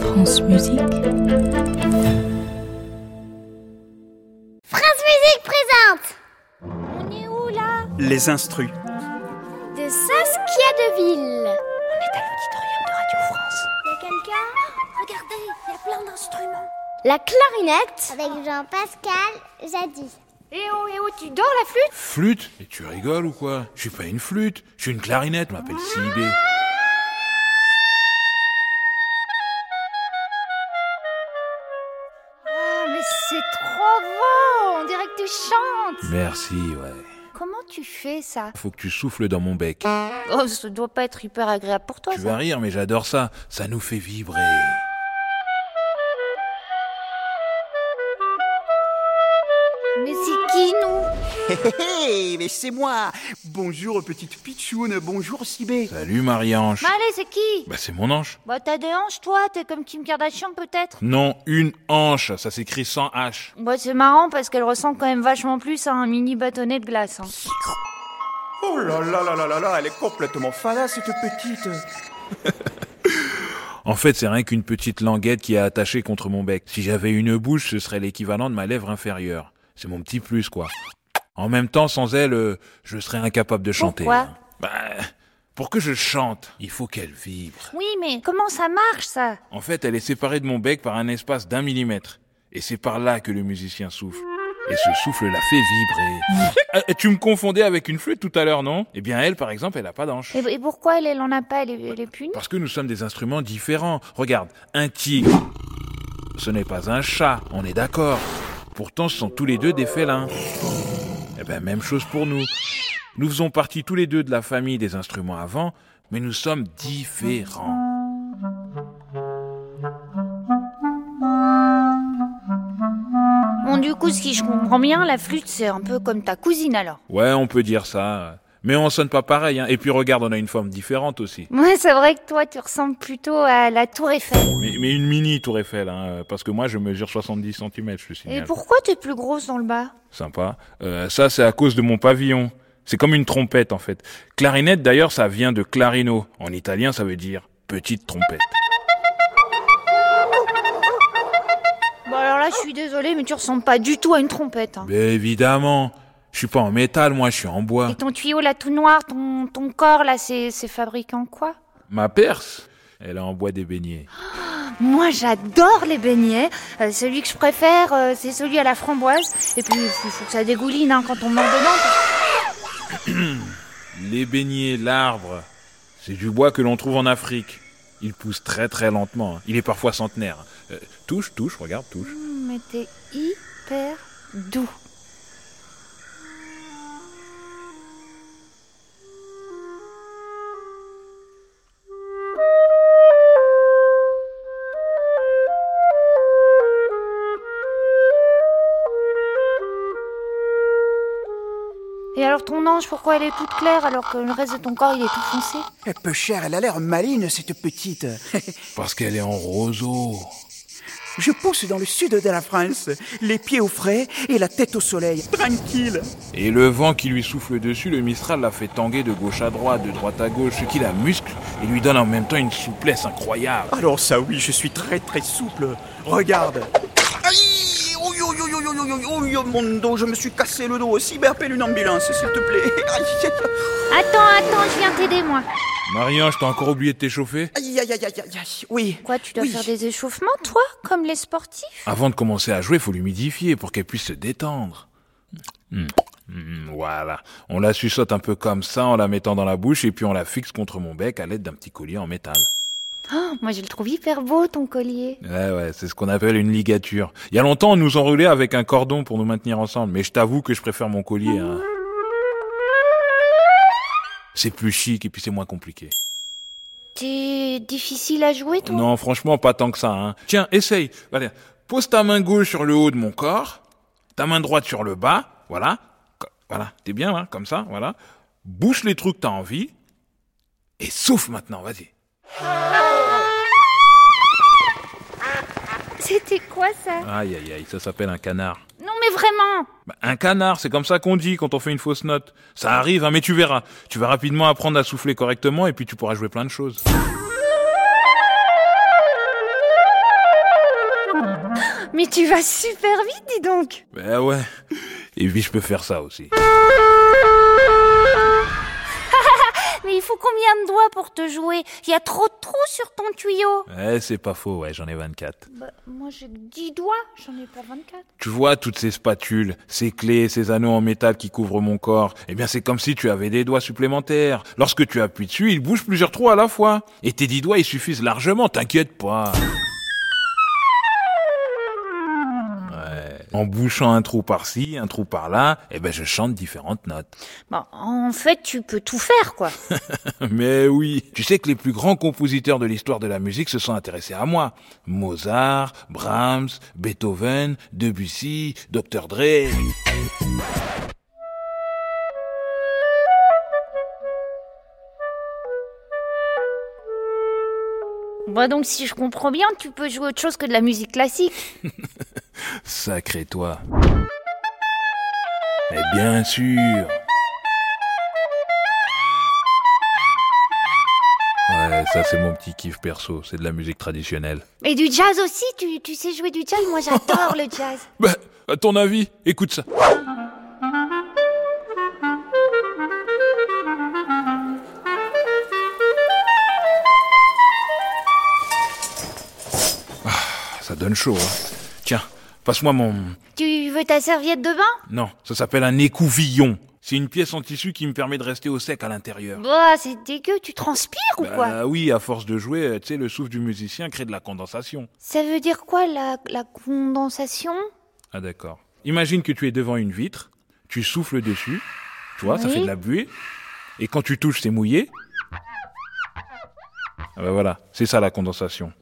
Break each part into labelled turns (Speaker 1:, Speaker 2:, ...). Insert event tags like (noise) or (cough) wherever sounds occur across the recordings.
Speaker 1: France Musique.
Speaker 2: France Musique présente On est où là
Speaker 3: Les instruits.
Speaker 2: De Saskia
Speaker 4: On
Speaker 2: Deville.
Speaker 4: est à l'auditorium de Radio France.
Speaker 2: Il y a quelqu'un
Speaker 4: Regardez, il y a plein d'instruments.
Speaker 2: La clarinette Avec Jean-Pascal Jadis.
Speaker 5: Eh oh, eh oh, tu dors la flûte
Speaker 6: Flûte Mais tu rigoles ou quoi Je suis pas une flûte, je suis une clarinette, on m'appelle Sibé.
Speaker 5: Oh, mais c'est trop beau On dirait que tu chantes
Speaker 6: Merci, ouais.
Speaker 5: Comment tu fais ça
Speaker 6: Faut que tu souffles dans mon bec.
Speaker 5: Oh, ça doit pas être hyper agréable pour toi,
Speaker 6: Tu
Speaker 5: ça.
Speaker 6: vas rire, mais j'adore ça. Ça nous fait vibrer.
Speaker 5: Mais c'est qui, nous
Speaker 7: Hey, mais c'est moi Bonjour petite pitchoune, bonjour Sibé
Speaker 6: Salut, Marie-Ange.
Speaker 5: Mais allez, c'est qui
Speaker 6: Bah, c'est mon ange.
Speaker 5: Bah, t'as des hanches, toi T'es comme Kim Kardashian, peut-être
Speaker 6: Non, une hanche, ça s'écrit sans H.
Speaker 5: Bah, c'est marrant parce qu'elle ressemble quand même vachement plus à un mini bâtonnet de glace. hein.
Speaker 7: Oh là là là là là là, elle est complètement fada cette petite
Speaker 6: En fait, c'est rien qu'une petite languette qui est attachée contre mon bec. Si j'avais une bouche, ce serait l'équivalent de ma lèvre inférieure. C'est mon petit plus, quoi. En même temps, sans elle, euh, je serais incapable de chanter.
Speaker 5: Pourquoi
Speaker 6: hein. bah, Pour que je chante, il faut qu'elle vibre.
Speaker 5: Oui, mais comment ça marche, ça
Speaker 6: En fait, elle est séparée de mon bec par un espace d'un millimètre. Et c'est par là que le musicien souffle. Et ce souffle la fait vibrer. Ah, tu me confondais avec une flûte tout à l'heure, non Eh bien, elle, par exemple, elle a pas d'anche.
Speaker 5: et, et pourquoi elle, elle en a pas Elle est, elle est punie
Speaker 6: Parce que nous sommes des instruments différents. Regarde, un tigre, ce n'est pas un chat, on est d'accord. Pourtant, ce sont tous les deux des félins. Eh ben, même chose pour nous. Nous faisons partie tous les deux de la famille des instruments avant, mais nous sommes différents.
Speaker 5: Bon, du coup, si je comprends bien, la flûte, c'est un peu comme ta cousine, alors.
Speaker 6: Ouais, on peut dire ça. Mais on sonne pas pareil, hein. Et puis regarde, on a une forme différente aussi.
Speaker 5: Ouais, c'est vrai que toi, tu ressembles plutôt à la Tour Eiffel.
Speaker 6: Mais, mais une mini tour Eiffel, hein, parce que moi je mesure 70 cm, je te
Speaker 5: Et
Speaker 6: signale.
Speaker 5: pourquoi t'es plus grosse dans le bas
Speaker 6: Sympa. Euh, ça, c'est à cause de mon pavillon. C'est comme une trompette, en fait. Clarinette, d'ailleurs, ça vient de clarino. En italien, ça veut dire petite trompette.
Speaker 5: Bon, Bah alors là, je suis désolée, mais tu ressembles pas du tout à une trompette. hein.
Speaker 6: Mais évidemment. Je suis pas en métal, moi, je suis en bois.
Speaker 5: Et ton tuyau là tout noir, ton, ton corps là, c'est c'est fabriqué en quoi
Speaker 6: Ma perse, elle est en bois des beignets.
Speaker 5: Moi j'adore les beignets. Euh, celui que je préfère, euh, c'est celui à la framboise. Et puis il faut, faut que ça dégouline hein, quand on mange dedans.
Speaker 6: Les beignets, l'arbre, c'est du bois que l'on trouve en Afrique. Il pousse très très lentement. hein. Il est parfois centenaire. Euh, touche, touche, regarde, touche.
Speaker 5: Mais t'es hyper doux. Et alors ton ange, pourquoi elle est toute claire alors que le reste de ton corps il est tout foncé
Speaker 7: Eh, Peu chère, elle a l'air maline cette petite (laughs)
Speaker 6: Parce qu'elle est en roseau.
Speaker 7: Je pousse dans le sud de la France, les pieds au frais et la tête au soleil, tranquille
Speaker 6: Et le vent qui lui souffle dessus, le Mistral la fait tanguer de gauche à droite, de droite à gauche, ce qui la muscle et lui donne en même temps une souplesse incroyable.
Speaker 7: Alors ça oui, je suis très très souple, regarde Aïe Oh, yo, yo, yo, yo, yo, yo, yo, yo, mon dos, je me suis cassé le dos, Sibé, appelle une ambulance, s'il te plaît (laughs) Aïe, aïe, aïe.
Speaker 5: Attends, attends, je viens t'aider moi.
Speaker 6: Marie-Ange, t'as encore oublié de t'échauffer
Speaker 7: Aïe, aïe, aïe, aïe, aïe, aïe, oui.
Speaker 5: Quoi, tu dois
Speaker 7: Oui.
Speaker 5: faire des échauffements toi, comme les sportifs
Speaker 6: Avant de commencer à jouer, faut l'humidifier pour qu'elle puisse se détendre. Hmm. Hmm, Voilà. On la suçote un peu comme ça en la mettant dans la bouche et puis on la fixe contre mon bec à l'aide d'un petit collier en métal.
Speaker 5: Oh, moi je le trouve hyper beau ton collier.
Speaker 6: Ouais, ouais, c'est ce qu'on appelle une ligature. Il y a longtemps, on nous enroulait avec un cordon pour nous maintenir ensemble, mais je t'avoue que je préfère mon collier. hein. C'est plus chic et puis c'est moins compliqué.
Speaker 5: T'es difficile à jouer toi
Speaker 6: Non, franchement, pas tant que ça. Hein. Tiens, essaye. Allez, pose ta main gauche sur le haut de mon corps, ta main droite sur le bas, voilà. Co- Voilà, t'es bien, hein, comme ça, voilà. Bouche les trous que t'as envie et souffle maintenant, vas-y.
Speaker 5: C'était quoi ça
Speaker 6: Aïe, aïe, aïe, ça s'appelle un canard.
Speaker 5: Non mais vraiment
Speaker 6: Bah, un canard, c'est comme ça qu'on dit quand on fait une fausse note. Ça arrive, hein, mais tu verras. Tu vas rapidement apprendre à souffler correctement et puis tu pourras jouer plein de choses.
Speaker 5: Mais tu vas super vite, dis donc (laughs)
Speaker 6: Ben ouais. Et puis je peux faire ça aussi.
Speaker 2: Mais il faut combien de doigts pour te jouer Il y a trop de trous sur ton tuyau.
Speaker 6: Ouais, Eh, c'est pas faux, ouais, j'en ai 24.
Speaker 5: Bah, Moi, j'ai 10 doigts, j'en ai pas 24.
Speaker 6: Tu vois toutes ces spatules, ces clés, ces anneaux en métal qui couvrent mon corps Eh bien, c'est comme si tu avais des doigts supplémentaires. Lorsque tu appuies dessus, il bouge plusieurs trous à la fois. Et tes dix doigts, ils suffisent largement, t'inquiète pas. Ouais. En bouchant un trou par-ci, un trou par-là, eh ben, je chante différentes notes. (laughs)
Speaker 5: Bon, en fait, tu peux tout faire, quoi.
Speaker 6: Mais oui, tu sais que les plus grands compositeurs de l'histoire de la musique se sont intéressés à moi. Mozart, Brahms, Beethoven, Debussy, Dr Dre.
Speaker 5: Bah donc, si je comprends bien, tu peux jouer autre chose que de la musique classique.
Speaker 6: Sacré toi. Et bien sûr. Ouais, ça c'est mon petit kiff perso, c'est de la musique traditionnelle.
Speaker 2: Et du jazz aussi, tu, tu sais jouer du jazz Moi j'adore le jazz.
Speaker 6: Bah, à ton avis, écoute ça. Ah, Ça donne chaud. hein. Tiens, passe-moi mon...
Speaker 5: Tu veux ta serviette de bain
Speaker 6: Non, ça s'appelle un écouvillon. C'est une pièce en tissu qui me permet de rester au sec à l'intérieur.
Speaker 5: Bah, c'est dégueu, tu transpires ou quoi
Speaker 6: Bah oui, à force de jouer, euh, tu sais, le souffle du musicien crée de la condensation.
Speaker 5: Ça veut dire quoi, la, la condensation
Speaker 6: Ah d'accord. Imagine que tu es devant une vitre, tu souffles dessus, tu vois, ça fait de la buée, et quand tu touches, c'est mouillé. Ah bah voilà, c'est ça la condensation.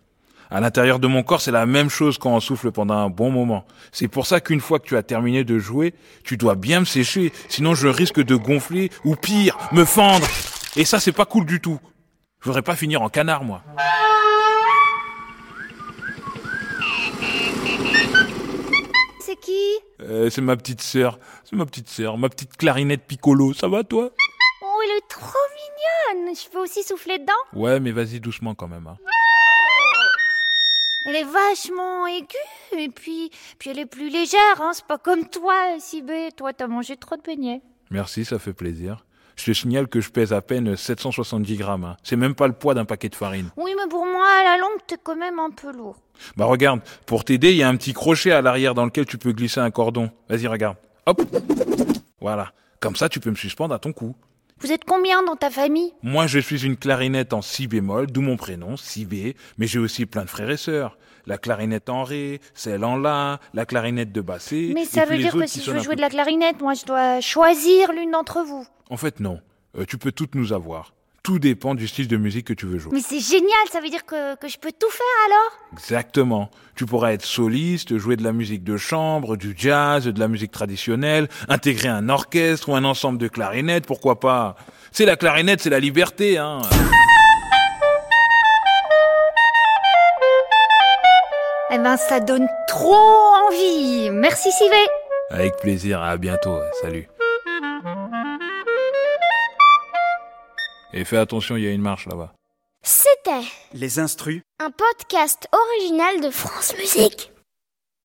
Speaker 6: À l'intérieur de mon corps, c'est la même chose quand on souffle pendant un bon moment. C'est pour ça qu'une fois que tu as terminé de jouer, tu dois bien me sécher, sinon je risque de gonfler, ou pire, me fendre. Et ça, c'est pas cool du tout. Je voudrais pas finir en canard, moi.
Speaker 2: C'est qui
Speaker 6: Euh, c'est ma petite sœur, c'est ma petite sœur, ma petite clarinette piccolo, ça va toi
Speaker 2: Oh, il est trop mignonne. Je peux aussi souffler dedans
Speaker 6: Ouais, mais vas-y doucement quand même. Hein.
Speaker 5: Elle est vachement aiguë, et puis, puis elle est plus légère, hein, c'est pas comme toi, Sibé. Toi, t'as mangé trop de beignets.
Speaker 6: Merci, ça fait plaisir. Je te signale que je pèse à peine 770 grammes. hein. C'est même pas le poids d'un paquet de farine.
Speaker 5: Oui, mais pour moi, à la longue, t'es quand même un peu lourd.
Speaker 6: Bah regarde, pour t'aider, il y a un petit crochet à l'arrière dans lequel tu peux glisser un cordon. Vas-y, regarde. Hop Voilà. Comme ça, tu peux me suspendre à ton cou.
Speaker 5: Vous êtes combien dans ta famille
Speaker 6: Moi, je suis une clarinette en si bémol, d'où mon prénom, si b mais j'ai aussi plein de frères et sœurs. La clarinette en ré, celle en la, la clarinette de basset.
Speaker 5: Mais
Speaker 6: et
Speaker 5: ça
Speaker 6: puis
Speaker 5: veut
Speaker 6: les
Speaker 5: dire que
Speaker 6: autres qui
Speaker 5: si je
Speaker 6: sonnent
Speaker 5: veux
Speaker 6: un
Speaker 5: jouer
Speaker 6: peu
Speaker 5: de la clarinette, moi, je dois choisir l'une d'entre vous.
Speaker 6: En fait, non. Euh, tu peux toutes nous avoir. Tout dépend du style de musique que tu veux jouer.
Speaker 5: Mais c'est génial, ça veut dire que, que je peux tout faire alors
Speaker 6: Exactement. Tu pourras être soliste, jouer de la musique de chambre, du jazz, de la musique traditionnelle, intégrer un orchestre ou un ensemble de clarinettes, pourquoi pas. C'est la clarinette, c'est la liberté, hein.
Speaker 5: Eh ben, ça donne trop envie Merci, Sibé
Speaker 6: Avec plaisir, à bientôt, salut. Et fais attention, il y a une marche là-bas.
Speaker 2: C'était
Speaker 7: Les instrus
Speaker 2: un podcast original de France Musique.